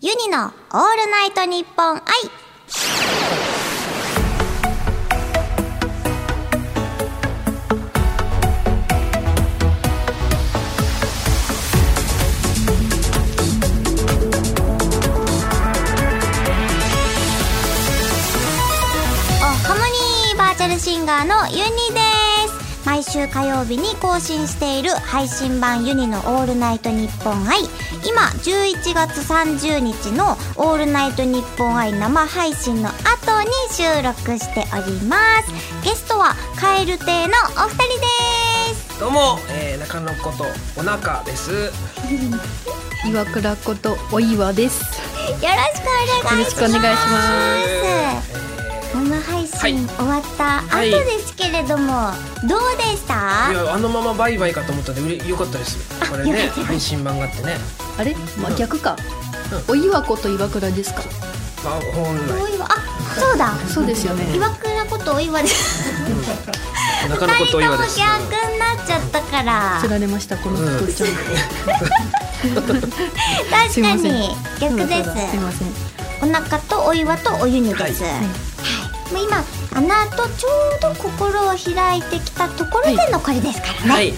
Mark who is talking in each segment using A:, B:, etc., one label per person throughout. A: ユニのオールナイトニッポン愛おハモニーバーチャルシンガーのユニです毎週火曜日に更新している配信版ユニの「オールナイトニッポン愛」今11月30日の「オールナイトニッポン愛」生配信の後に収録しておりますゲストはカエル亭のお二人です
B: どうも、えー、中野ことおなかです。
C: 岩倉ことお岩です。
A: よろしくお願いします
C: よろしくお願いし
B: ます
A: 生配信終わった後
B: はい
A: ですけれども、どうでした
B: いやあのままバイバイかと思ったんでうれ良かったです。これ
A: よか
B: ね
A: った
B: 配信版があってね、
C: あれ、まあ、逆か。お岩こと岩倉ですか。
B: まあ本
A: お岩あそうだ
C: そうですよね。
A: 岩倉ことお岩です
B: 来
A: 二
B: 中野
A: 人
B: ことと
A: も
B: 岩
A: 逆
B: です。
A: になっちゃったから
C: 釣られましたこの太っちゃん。
A: 確
C: すい
A: か
C: ません
A: に逆で
C: そうだすい
A: す
C: ません。
A: お腹とお岩とお湯にです、
B: はい
A: は
B: はい
C: い
A: もう今穴とちょうど心を開いてきたところでのこれですからね
B: はい、こ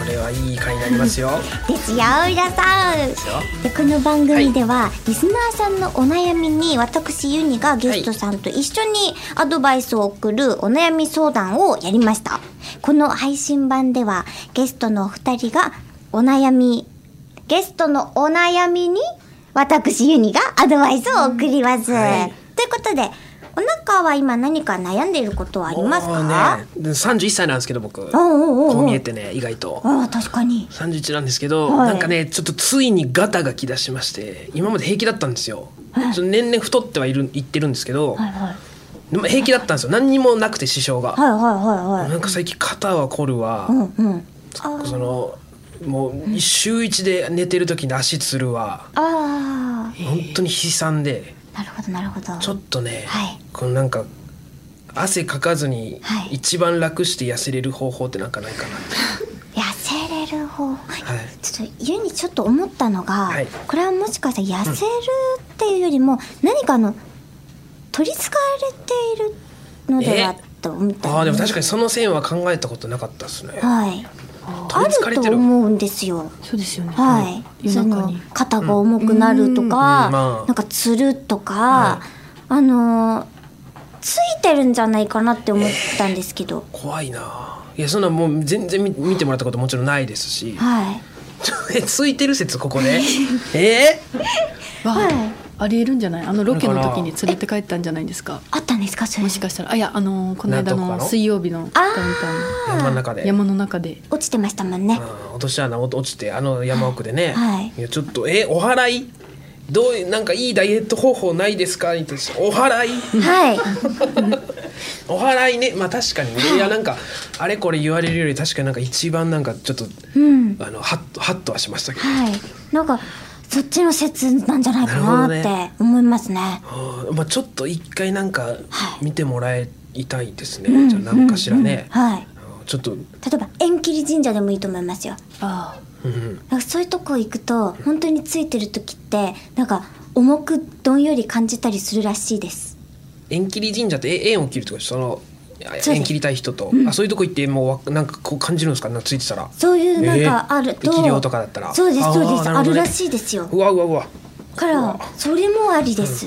A: はい
B: れはいい回になりますよ。
A: ですよ皆さんでこの番組では、リスナーさんのお悩みに私ユニがゲストさんと一緒にアドバイスを送るお悩み相談をやりましたこの配信版ではゲストのお二人がお悩みゲストのお悩みに私ユニがアドバイスを送ります、
B: はい
A: ということでお中は今何か悩んでいることはありますか、
B: ね、三十一歳なんですけど僕、
A: おう
B: こ
A: おうおうお
B: う
A: う
B: 見えてね意外と。
A: ああ確かに
B: 31なんですけど、
A: はい
B: なんかねちょっとついにガタがきだしまして今まで平気だったんですよ、ちょっと年々太ってはいる言ってるんですけど、
C: はいはい。
B: でも平気だったんですよ何にもなくて支障が、
A: はいはいはいは
B: なんか最近肩は凝るわ、
A: いうんうん
B: そのもう週一で寝てる時に足つるは
A: あ
B: 本当に悲惨で
A: あなるほどなるほど
B: ちょっとね、
A: はい
B: このなんか汗かかずに
A: はい
B: 一番楽して痩せれる方法ってなんかないかなって、
A: 痩せれる方法
B: はい
A: ちょっと家にちょっと思ったのが、
B: はい
A: これはもしかしたら痩せるっていうよりも、何かあの取りつかれているのでは
B: え
A: と思った
B: ああでも確
A: か
B: かにその線は考えたことなかったですね
A: はい
B: 取りつ
A: あ
B: か
A: る
B: れて
A: と
B: る
A: 思うんですよ
C: そうですよね。
A: はい、そ
C: 夜中
A: の
C: に。
A: 肩が重くなるとか、
B: うんまあ
A: なんかつるとか、
B: は
A: あのーついてるんじゃないかなって思ったんですけど、
B: 怖いないやそんなもう全然見見てもらったこともちろんないですし、
A: はい
B: えついてる説こ こでえー、
C: わあ
A: はい
C: ありえるんじゃない。あのロケの時に連れて帰ったんじゃないですか。
A: あったんですかそれ
C: もしかしたらあいやあのーこの
B: な
C: 間
B: んとか
C: の
B: の
C: 水曜日のダウンタウン
B: 山の中で
C: の山の中で。
A: 落ちてましたもんね、
B: うん落とし穴落落ちてあの山奥でね、
A: はい
B: やちょっとえお祓いどういうなんかいいダイエット方法ないですか?」ってお祓い
A: はい
B: お祓いねまあ確かにねいやなんかあれこれ言われるより確かになんか一番なんかちょっと、
A: うん
B: あのハッとハッとはしましたけど、
A: はい、なんかそっちの説なんじゃないかなっ
B: なるほど
A: て思いますね。
B: うんまあ、ちょっと一回なんか
A: はい
B: 見てもらいたいですね、じゃあなんかしらね、
A: うんうんはい。
B: うんちょっと、
A: 例えば縁切り神社でもいいと思いますよ。
C: あ
B: うんうん
A: なんかそういうとこ行くと本当についてる時ってなんか重くどんより感じたりするらしいです。
B: 縁切り神社ってえ縁を切るとかそのあ
A: す
B: 縁切りたい人と、あそういうとこ行ってもうわなんかこう感じるんですかなんかついてたら
A: そういうなんかある
B: え
A: と、
B: ー力量とかだったら
A: そうですそうです
B: あー
A: あ,、
B: なるほど
A: る
B: ね
A: らしいですよ。
B: うわうわうわ
A: からそれもありです。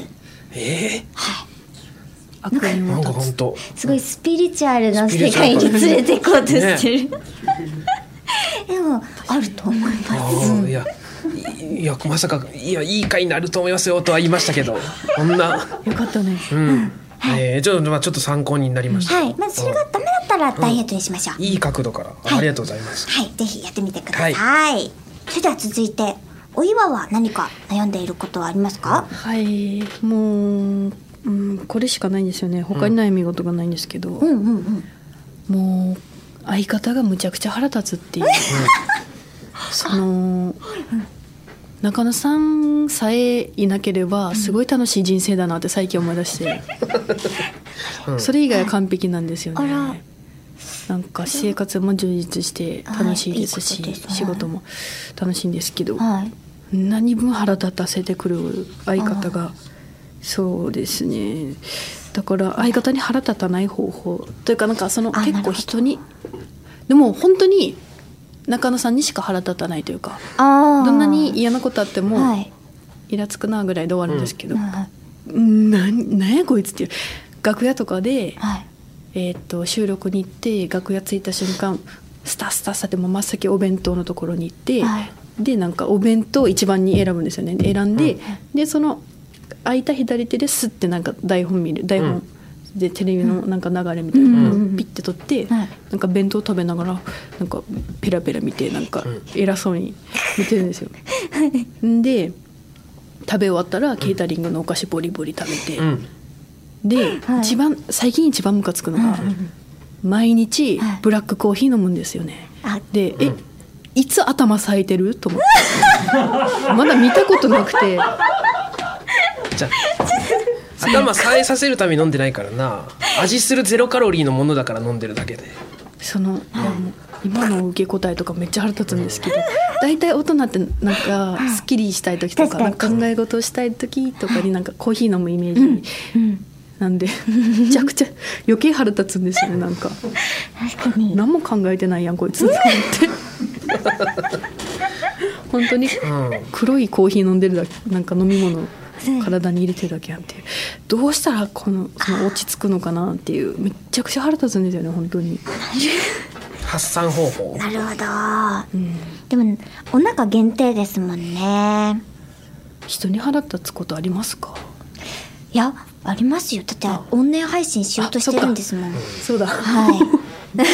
B: え
C: あ悪
B: ー、
C: 縁
B: な
C: を
B: んか
C: 断つ
B: 本当
A: すごいスピリチュアルな
B: スピリ
A: 世
B: チュア
A: 界
B: ル
A: に連れて行こうとしてる。 でもあると思います。
B: あーいやいいやまさかいやいい回になると思いますよとは言いましたけどこんな
C: よかったね。
B: うん、えー、ちょっとまあちょっと参考になりました、
A: はい、まあ、それがダメだったらダイエットにしましょう。
B: いい角度から、ありがとうございます
A: はい、ぜひやってみてください。
B: は
A: それでは続いて、お岩は何か悩んでいることはありますか。
C: はいもう、うん、これしかないんですよね他に悩み事がないんですけど、
A: うんうんうん。
C: もう相方がむちゃくちゃ腹立つっていう、 その中野さんさえいなければすごい楽しい人生だなって最近思い出して、
B: うん
C: それ以外は完璧なんですよ
A: あ
C: ね、
A: ら
C: なんか私生活も充実して楽しいですし、
A: はいいいことですね
C: 仕事も楽しいんですけど、
A: はい。
C: 何分腹立たせてくる相方がそうですねだから相方に腹立たない方法というかなんかその
A: あなる
C: 結
A: ほど
C: 構人にでも本当に中野さんにしか腹立たないというか
A: あー
C: どんなに嫌なことあっても、
A: はい
C: イラつくなぐらいで終わるんですけど、
A: は
C: うん、なんなんやこいつっていう楽屋とかで
A: い、はい
C: えー、と収録に行って楽屋着いた瞬間スタスタスタってもう真っ先お弁当のところに行って、
A: はい
C: でなんかお弁当を一番に選ぶんですよねで選んで、でその空いた左手ですってなんか台本見る台本、
B: うん
C: でテレビのなんか流れみたいな
A: うんうんう
C: の
A: ん
C: をピッて取って、
A: はい
C: なんか弁当食べながらなんかペラペラ見てなんか偉そうに見てるんですよ。で食べ終わったらケータリングのお菓子ボリボリ食べて、
B: うん
C: で、
A: はい
C: 一番最近一番ムカつくのが、毎日
A: はい
C: ブラックコーヒー飲むんですよね、
A: あ
C: で、えいつ頭咲いてると思って まだ見たことなくて
B: じゃあ頭冴えさせるために飲んでないからな味するゼロカロリーのものだから飲んでるだけで
C: その、いやもう今の受け答えとかめっちゃ腹立つん ですけど大体大人ってなんかすっきりしたい時と
A: 確
C: か
A: かに
C: なんか考え事をしたい時とかになんかコーヒー飲むイメージな んでめちゃくちゃ余計腹立つんですよねなんか
A: 確かに
C: 何も考えてないやんこいつと思って 本当に
B: ん
C: 黒いコーヒー飲んでるだけなんか飲み物
A: うん
C: 体に入れてるだけやんっていうどうしたらこのその落ち着くのかなっていうめっちゃくちゃ腹立つんですよね本当に
B: 発散方法
A: なるほど、でもお腹限定ですもんね
C: 人に腹立つことありますか
A: いやありますよだって音声配信しようとしてるんですもん
C: そうだ
A: は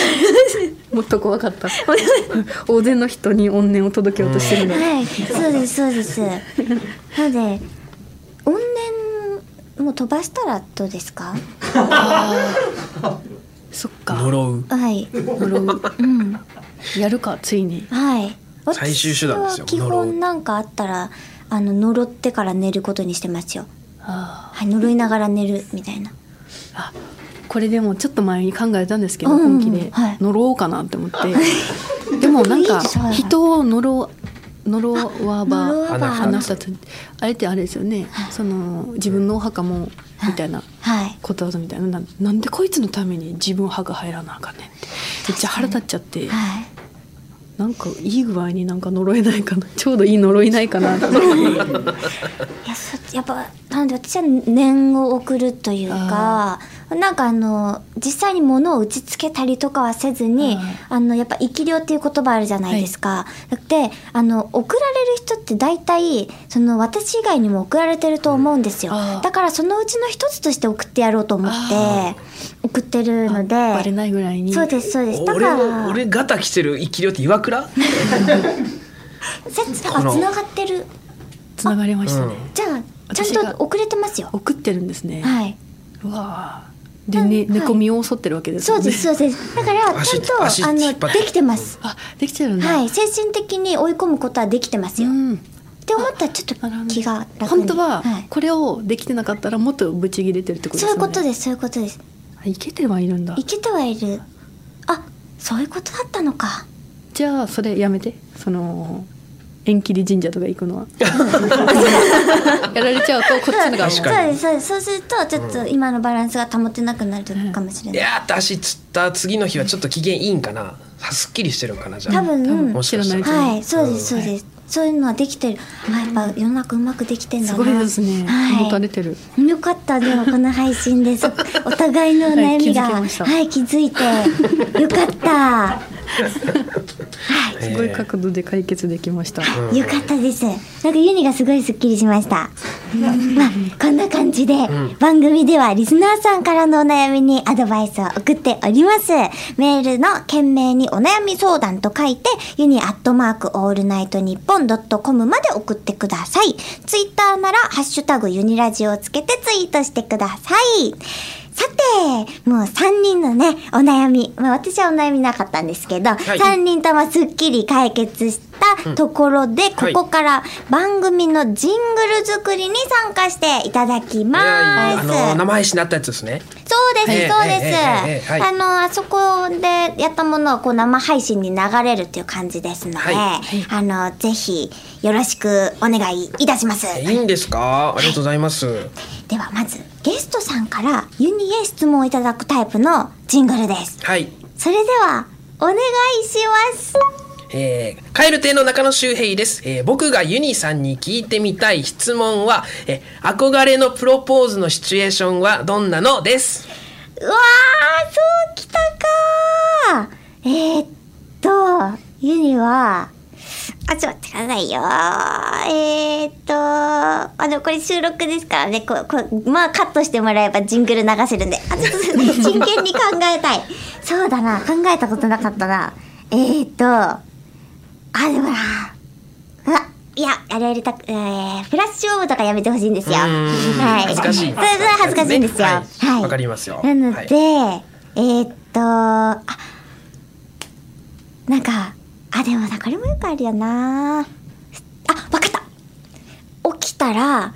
C: もっと怖かった大勢の人に怨念を届けようとしてる
A: い
C: の
A: はいそうですそうですなので音源も飛ばしたらどうですか
C: そっか
B: 呪う
A: はい
C: 呪う
A: うん
C: やるかついに
A: はい
B: 最終手段です
A: 私は
B: よ
A: 基
B: 呪う
A: 本なんかあったらあの呪ってから寝ることにしてますよ
C: あ
A: はい呪いながら寝るみたいな
C: ーあこれでもちょっと前に考えたんですけど、
A: うん
C: 本気で
A: はい
C: 呪おうかなって思ってでもなん
A: いい
C: か
A: ですね
C: 人を呪う呪わ
A: 呪わ
C: ば
A: ば
B: 花
C: 話したとあれってあれですよねその自分のお墓もみたいな
A: はい
C: ことわざみたいなななんでこいつのために自分墓入らなあかんねんってめっちゃ腹立っちゃって
A: はい
C: なんかいい具合になんか呪えないかなちょうどいい呪いないかなと思って
A: いやそやっぱなので私は念を送るというかなんかあの実際に物を打ちつけたりとかはせずにあのやっぱ生き量っていう言葉あるじゃないですか、だってあの送られる人って大体その私以外にも送られてると思うんですよ、
C: あー
A: だからそのうちの一つとして送ってやろうと思って送ってるので
C: バレないぐらいに
A: そうですそうですだか
B: 俺
A: ら
B: を俺ガタ来てる生き量って岩倉
A: せだからつながってる
C: 繋がりましたね、
B: うん
A: じゃあちゃ
C: 私
A: ん
C: が
A: と送れてますよ
C: 送ってるんですね、
A: はいう
C: わあで、ね、
A: うんはい
C: 猫身を襲ってるわけです
A: そう
C: よね
A: ですそうです。だからち
B: 足
A: ゃんと
B: 足
A: あ
B: 引っ張
A: の
B: って
A: できてます。
C: あできてるんだ、
A: はい、精神的に追い込むことはできてます
C: う
A: よ。っ
C: ん
A: て思ったらちょっ
C: なるほど
A: と気が楽に。
C: 本当はいこれをできてなかったらもっとブチ切れてるってことです
A: そうい
C: よ
A: う
C: ね
A: ことですそういうことです。
C: あいけてはいるんだ
A: いけてはいる。あ、そういうことだったのか。
C: じゃあそれやめてその縁切り神社とか行く のはやられちゃうとこっちのが
B: 確
A: そう
B: か
A: で
B: に
A: すそうですそうするとちょっと今のバランスが保てなくなるかもしれ
B: い
A: ない。
B: やーって足つった次の日はちょっと機嫌いいんかなあすっきりしてるんかなじゃあ
A: 多分うん
B: もしかしたら
C: 知らな
A: はい、そうですそうです。そういうのはできてる。あ、やっぱ世の中うまくできてんだ
C: す
A: な。
C: ごいですね
A: はい
C: 持たれてる
A: よかったでもこの配信 でそお互いの悩みがは
C: はい気づけま
A: い
C: した
A: 気づいてよかった
C: すごい角度で解決できました、
A: よかったですなんかユニがすごいスッキリしましたまあこんな感じで番組ではリスナーさんからのお悩みにアドバイスを送っておりますメールの件名にお悩み相談と書いてユニアットマークオールナイトニッポンドットコムまで送ってくださいツイッターならハッシュタグユニラジオをつけてツイートしてくださいさて、もう3人のね、お悩み、まあ私はお悩みなかったんですけど、
B: い
A: 3人ともすっきり解決したところで、こ
B: はい
A: こから番組のジングル作りに参加していただき
B: いやい
A: ま
B: やあ
A: す。
B: の生配信になったやつですね。
A: そうです、
B: ええ
A: そう
B: ええ
A: で
B: え
A: す。
B: えはい
A: あの、あそこでやったものをこう生配信に流れるっていう感じですので、
B: はいはい
A: あの、ぜひよろしくお願いいたします。
B: えいいんですか。ありがとうございます。
A: ではまず、ゲストさんからユニへ質問をいただくタイプのジングルです。
B: はい。
A: それでは、お願いします。
B: えー、カエル亭の中野周平です、えー僕がユニさんに聞いてみたい質問は、えー憧れのプロポーズのシチュエーションはどんなのです。
A: うわー、そうきたかー。えー、っと、ユニは、あ、ちょっと待ってくださいよー。えー、っと、あの、これ収録ですからね、ここまあカットしてもらえばジングル流せるんで。あ、ちょっと すいません真剣に考えたい。そうだな、考えたことなかったな。えー、っと、あ、でもな、うわ、いや、あれやりたく、えー、フラッシュオブとかやめてほしいんですよ。
B: うーん
A: はい。
B: 恥ずかしい
A: それそれは恥ずかしいんですよ。
B: ねはい
A: はい
B: わかりますよ
A: なので、えーっと、あ、なんか、あ、でもな、これもよくあるよな。あ、わかった起きたら、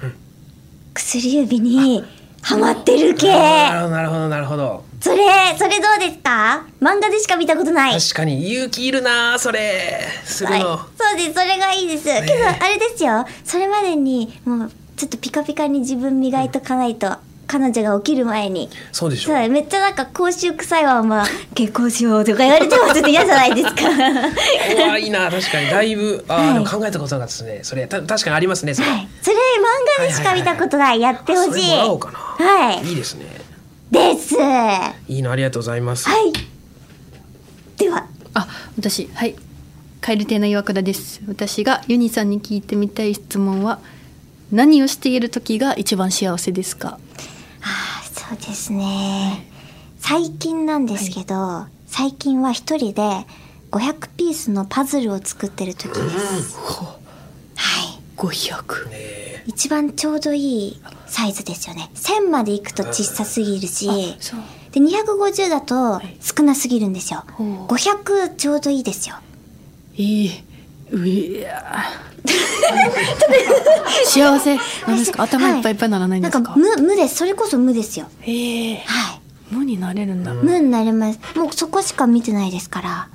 A: 薬指にはまってる系。
B: なるほどなるほどなるほど。
A: それ、それどうですか漫画でしか見たことない。
B: 確かに勇気いるなそれするの。
A: はい、そうですそれがいいです、けどあれですよそれまでにもうちょっとピカピカに自分磨いとかないと、彼女が起きる前に
B: そうでしょ
A: そうめっちゃなんか口臭臭いわ まあ結婚しようとか言われてもちょっと嫌じゃないですか
B: 怖いな確かにだいぶあー、
A: はい
B: でも考えたことなかったですねそれた確かにありますねそれ、
A: はいそれ漫画でしか見たことない、やってほしい
B: それもらおうかな、
A: はい
B: いいですね
A: ですはい
B: いのありがとうございます、
A: いでは
C: あ私はい蛙亭の岩倉です私がユニさんに聞いてみたい質問は何をしている時が一番幸せですか
A: あそうですね最近なんですけど、最近は一人で500ピースのパズルを作ってる時です、は
C: 500
B: え
A: い一番ちょうどいいサイズですよね1000までいくと小さすぎるし
C: そう
A: で250だと
C: い
A: 少なすぎるんですよ
C: ほう
A: 500ちょうどいいですよ
C: いいういや幸せなんですか頭いっぱいいっぱいならないんですか,、
A: なんか無無ですそれこそ無ですよ
C: ええ
A: はい
C: 無になれるんだ、う
A: 無になりますもうそこしか見てないですから
C: わ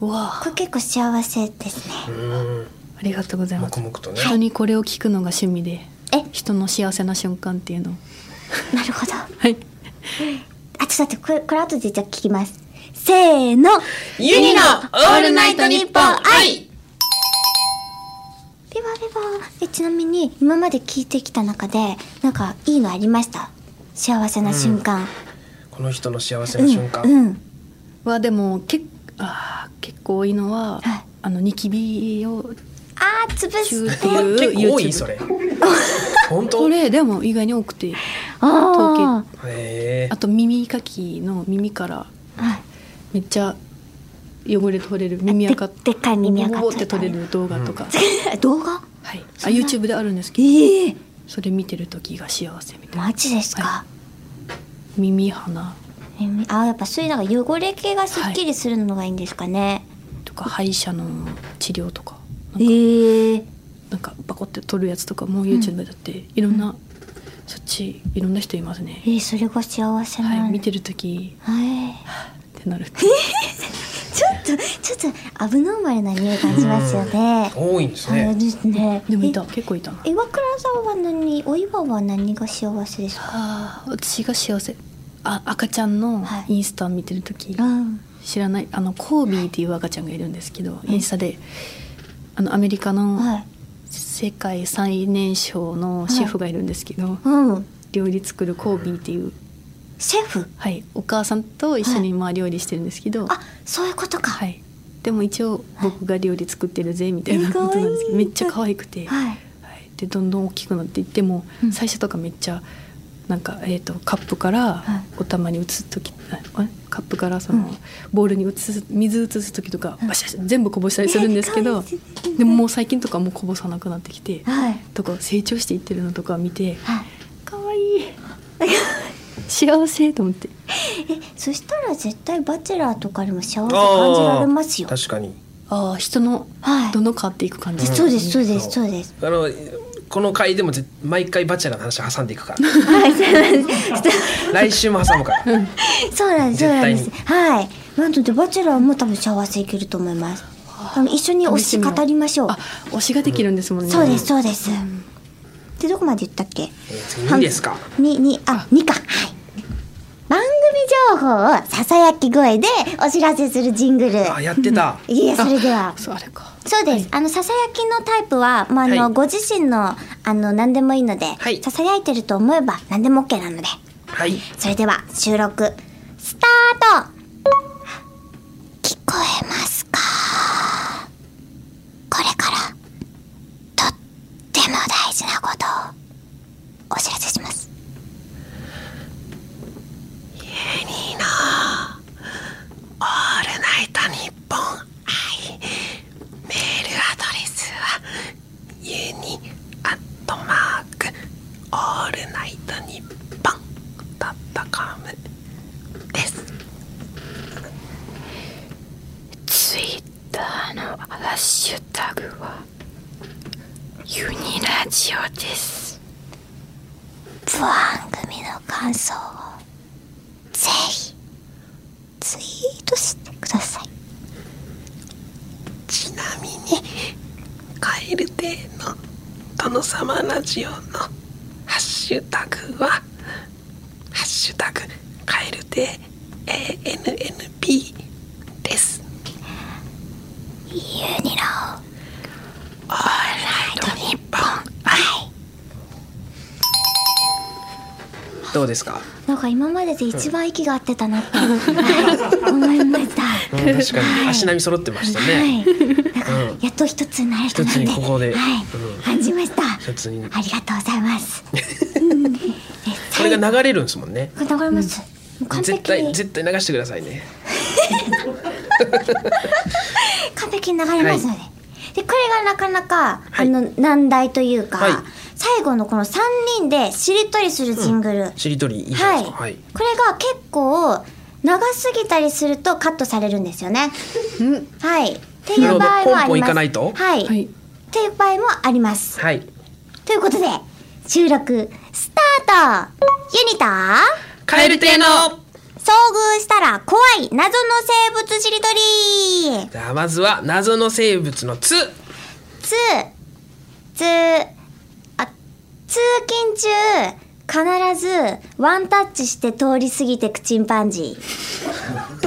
A: こ
C: あ
A: れ結構幸せですね
B: ー、うん
C: ありがとうございます
B: 黙々とね
C: 人にこれを聞くのが趣味で
A: え
C: 人の幸せな瞬間っていうのを
A: なるほど
C: はい
A: あ、ちょっと待って、これ、これ後でじゃあ聞きます。せーの。
B: ユニのオールナイトニッポン愛
A: ビバビバえ、ちなみに、今まで聞いてきた中で、なんか、いいのありました幸せな瞬間。
B: この人の幸せ
A: うん、
B: な瞬間、
A: うん。
C: はでもけあー結構多いの
A: は
C: は、
A: い
C: あのニキビを
A: あー、潰
C: 中っ
A: して
C: い
B: 結
C: う
B: 構多
C: YouTube
B: いそれ本当
C: これでも意外に多くて
A: あ
B: へえ
C: あと耳かきの耳から
A: ー。はい。
C: めっちゃ汚れ取れる耳垢
A: ででっかい耳垢
C: ボボボって取れる動画とか、
A: え動画
C: はい、あ YouTube であるんですけど
A: ええ
C: それ見てる時が幸せみたいな
A: マジですか
C: は、耳鼻
A: 耳あー、やっぱそういうなんか汚れ系がすっきりするのがいいんですかね。
C: とか歯医者の治療とか
A: ええー。
C: なんかバコって取るやつとかも YouTube だっていろんな、そっちいろんな人いますね
A: え、ー、それが幸せなんだ
C: はい、見てる時
A: はい。
C: ってなる
A: ちょっと、ちょっと、アブノーマルな匂い感じますよね。
B: 多いんです
A: そう
B: ね
A: ですね。
C: でもいた結構いたな
A: え。岩倉さんは何、お岩は何が幸せですか。
C: あー私が幸せあ赤ちゃんの
A: はい
C: インスタ見てる時、
A: うん。
C: 知らないあのコービーっていう赤ちゃんがいるんですけど、インスタであのアメリカの
A: はい。
C: 世界最年少のシェフがいるんですけど、
A: うん。
C: 料理作るコービーっていう、
A: シェフ。
C: はい、お母さんと一緒にまあ料理してるんですけど、
A: あ、そういうことか。。
C: はいい、でも一応僕が料理作ってるぜみたいなことなんです
A: えー可愛
C: けど、
A: い
C: めっちゃ可愛くて。
A: はい。
C: はい、でどんどん大きくなっていっても、
A: うん
C: 最初とかめっちゃなんか、えー、とカップから
A: はい
C: お玉に移す時、あカップからその、
A: うん
C: ボールに移す水移す時とかバシャシャ全部こぼしたりするんですけ
A: えー
C: ど
A: 可愛いですね
C: でももう最近とかもうこぼさなくなってきて
A: はい。
C: とか成長していってるのとか見て
A: はい。
C: 可愛い幸せと思って
A: えそしたら絶対バチェラーとかでも幸せ感じられますよ
B: あー確かに
C: ああ人の
A: はい
C: どのかっていく感じ、
A: そうですそうですそうです
B: あのこの回でもぜ毎回バチェラーの話挟んでいくから
A: はいそうなんです
B: 来週も挟むから
A: そうなんですそうなんです
B: 絶
A: はいなのでバチェラーも多分幸せいけると思いますあの一緒に推し語りましょう
C: あ推しができるんですもんね、
A: そうですそうですでどこまで言ったっけ
B: えー次いいですか
A: ににあ二かはい番組情報をささやき声でお知らせするジングル
B: あやってた
A: いやそれでは
C: そうあれか
A: そうです。あの、ささやきのタイプは、まあ、あの、
B: はい
A: ご自身の、あの、何でもいいので、
B: はい
A: ささやいてると思えば何でも OK なので。
B: はい
A: それでは、収録、スタート聞こえますかこれから、とっても大事なことをお知らせします。
B: オールナイトニッポン愛メールアドレスはユニアットマークオールナイトニッポンドットコムです
D: ツイッターのハッシュタグはユニラジオです
A: 番組の感想を、ぜひ、ツイートしてください。
B: ちなみにカエル亭の殿様ラジオのハッシュタグはハッシュタグカエル亭 ANNP です
A: ユニロー
B: オールナイトニッポン愛どうですか
A: なんか今までで一番息が合ってたなって、はい思いました。は
B: 確かに足並み揃ってましたね、
A: い、なんかやっと一つになれたなって、
B: 一つにここで
A: はい
B: うん
A: 感じました。あ
B: 一つに
A: りがとうございます。
B: これが流れるんですもんね
A: これ流れます。もう完
B: 絶
A: 璧
B: 対
A: に
B: 絶対流してくださいね
A: 完璧に流れますので、でこれがなかなか、
B: はい
A: あの難題というか、
B: はい
A: 最後のこの三人でしりとりするジングル。
B: しりとりいいじゃな
A: はいい、
B: ですかはい、
A: これが結構長すぎたりするとカットされるんですよね。はい。っていう場合も
B: なるほどポン
A: あ
B: ポン
A: り
B: い
A: ます。
B: かないと
A: はい。
C: はい
A: っていう場合もあります。
B: はい、
A: ということで収録スタート。ユニタ
B: カエル亭の
A: 遭遇したら怖い謎の生物しりとり。
B: じゃあまずは謎の生物の「つ」
A: つつあ通勤中必ずワンタッチして通り過ぎてくチンパンジー。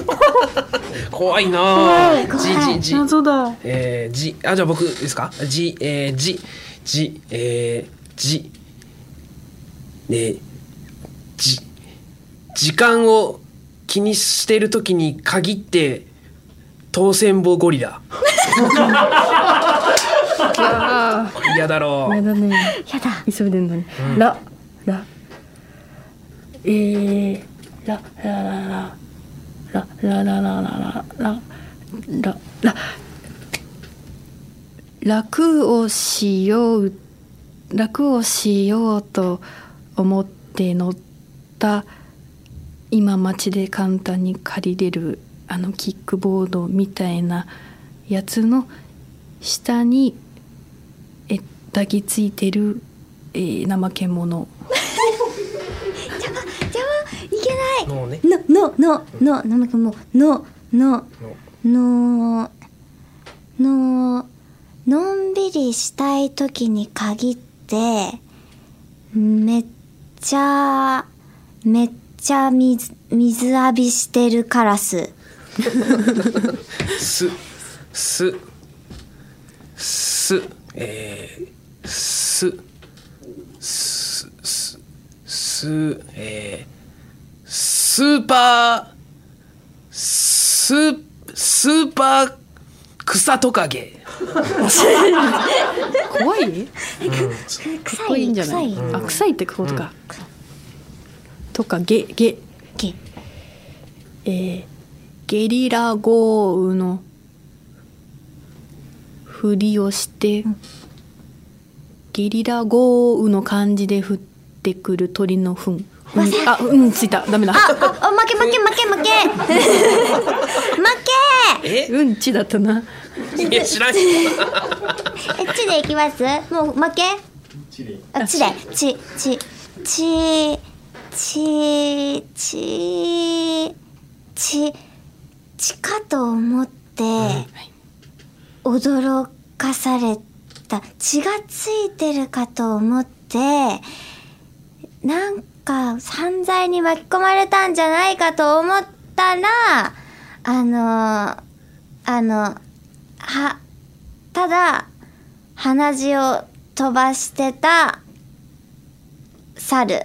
B: 怖いな
A: 怖い怖い
B: じじじ
C: 謎だ
B: えー、じあじゃあ僕ですかじえー、じじえー、じねえじ時間を気にしてるときに限って当選棒ゴリラ嫌だろ
C: や
B: う
C: だね
A: やだ。
C: 急いでんのに、ララえー、ラララララララララララララ楽をしよう楽をしようと思って乗った今街で簡単に借りれるあのキックボードみたいなやつの下にえ抱きついてる、えー、怠け者
A: 邪魔邪魔いけない
B: もうね
A: ののののなんだっけもうのの
B: の
A: のののんびりしたい時に限ってめっちゃめっちゃ水水浴びしてるカラス
B: すすすえー、すすすすえー、スーパーススーパー草トカゲ
C: 怖い
A: 臭
C: 怖いんじゃな
A: 臭
C: い
A: い
C: あ臭いってことか、とかゲゲ
A: ゲ
C: えー、ゲリラ豪雨のふりをして、ゲリラ豪雨の感じで降ってくる鳥の糞うんあうんついたダメだ
A: あ、あ、あ負け負け負け負け 負け
B: え
C: うんちだったない
B: や知らんけど
A: え、ちでいきますもう負けあ、ちで、ち、ち、ち、ち、ち、ち、ちかと思って、驚かされた。血がついてるかと思って、なんか犯罪に巻き込まれたんじゃないかと思ったら、あのあの、は、ただ、鼻血を飛ばしてた、猿。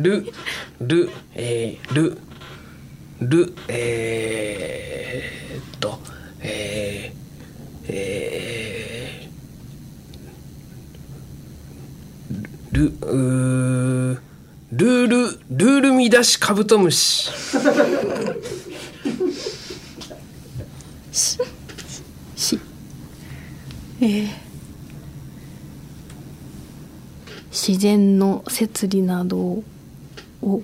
B: ルルえー、ルルえー、っとえー、えー、ルうールールルール見出しカブトムシ
C: しえー自然の摂理などを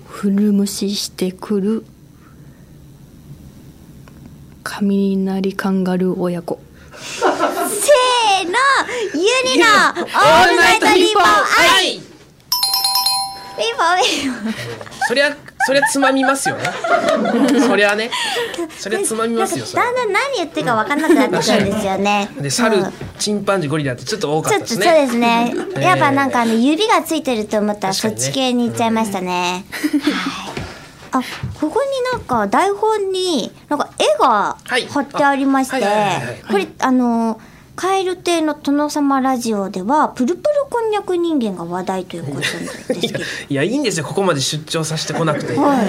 C: 古無視してくる雷カンガルー親子
A: せーのユニのオールナイトニッポンアイピンポンピンポン
B: そりゃそりゃつまみますよねそりゃねそりゃつまみますよ
A: なん
B: そ
A: か
B: れ
A: だんだん何言ってるか分かんなくなってくるんですよね
B: で猿
A: うんちょ
B: チンパンジーゴリラってちょっと多かった
A: っ
B: で
A: と
B: す
A: そう
B: ね
A: ですね
B: えー
A: やっぱなんかあの指がついてると思ったらそ
B: 確か
A: っ
B: に
A: ち
B: ね
A: 系に行っちゃいましたねはいあここになんか台本になんか絵が
B: はい
A: 貼ってありまして
B: あはいはいはいはい
A: これあのカエル亭の殿様ラジオではプルプルこんにゃく人間が話題ということなんですけど
B: いやいやいいんですよここまで出張させてこなくて、、
A: は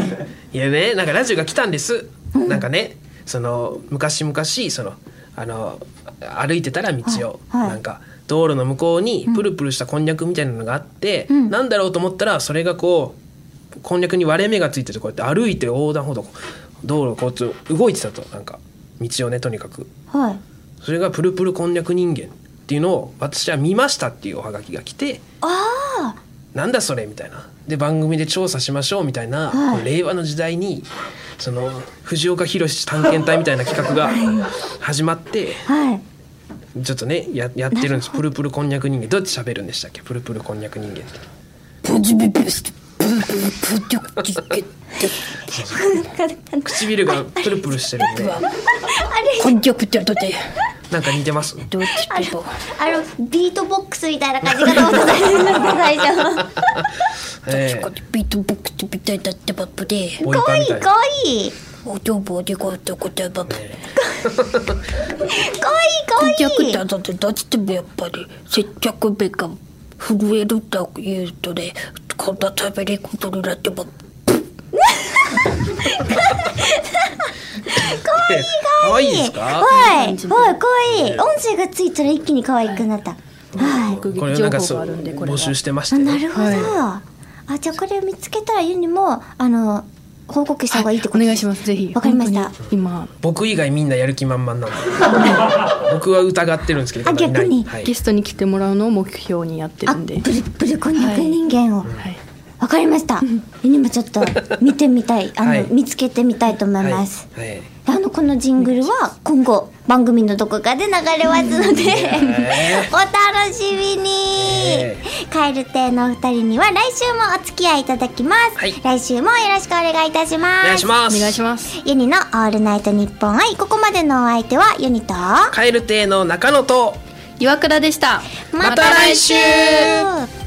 A: い
B: やねなんかラジオが来たんです、なんかねその昔々そのあの歩いてたら道を、
A: はいはい
B: なんか道路の向こうにプルプルしたこんにゃくみたいなのがあって、
A: ん
B: なんだろうと思ったらそれがこうこんにゃくに割れ目がついててこうやって歩いて横断歩道道路をこうやって動いてたとなんか道をねとにかく
A: はい
B: それがプルプルこんにゃく人間っていうのを私は見ましたっていうおはがきが来て
A: あ
B: なんだそれみたいなで番組で調査しましょうみたいな、
A: はい
B: こう令和の時代にその藤岡弘探検隊みたいな企画が始まって
A: あ、はい。
B: ちょっとねややってるんですプルプルこんにゃく人間どうやって喋るんでしたっけプルプルこんにゃく人間って唇がプルプルしてるんで
D: こんちょくちょとて
B: なんか似てます
D: どっち
A: あの、あの、ビートボックスみたいな感じかと思った最 初。
B: え
D: かビートボックスみたいだってばっで
B: ーボイ
A: か
B: パ
A: わい
B: み
A: い、
B: たい
A: か
B: な
A: わいい。
D: おちょぼでこうとことばっ
A: かわいい、かわいい。
D: 接客だとどうしてもやっぱり接客目が震えるというとねこんな食べれことになってば
B: 可愛いですか
A: はい、はい、かわいい。音声がついたら一気に可愛くなった。はい。
C: 目撃
B: これ
C: 情
B: なんか
C: 報
B: そ
C: があ
B: う
C: るんでこれ
B: 募
C: は
B: 集してまし
A: あ、
B: た
A: なるほど。
C: は
A: あ、じゃあこれを見つけたらユニも、あの、報告した方がいいってこと
C: お
A: で
C: 願いしますぜひ
A: わかりました
C: 本当に今
B: 僕以外みんなやる気満々なんで僕は疑ってるんですけど
A: あ
B: いない
A: 逆に
B: はい
C: ゲストに来てもらうのを目標にやってる
A: あ、
C: んで
A: ブルブルこんにゃく人間を。
C: はい
A: わかりました。ユニもちょっと見てみたい、あ
B: はい
A: の、見つけてみたいと思い
B: はい
A: ます。
B: はい
A: あのこのジングルは今後番組のどこかで流れますので お楽しみに
B: え
A: カエル亭のお二人には来週もお付き合いいただきます、
B: はい
A: 来週もよろしくお願いいたします
B: お願いします
C: お願いします
A: ユニの「オールナイトニッポン愛」ここまでのお相手はユニと
B: カエル亭の中野と
C: 岩倉でした
B: また来週
A: また来週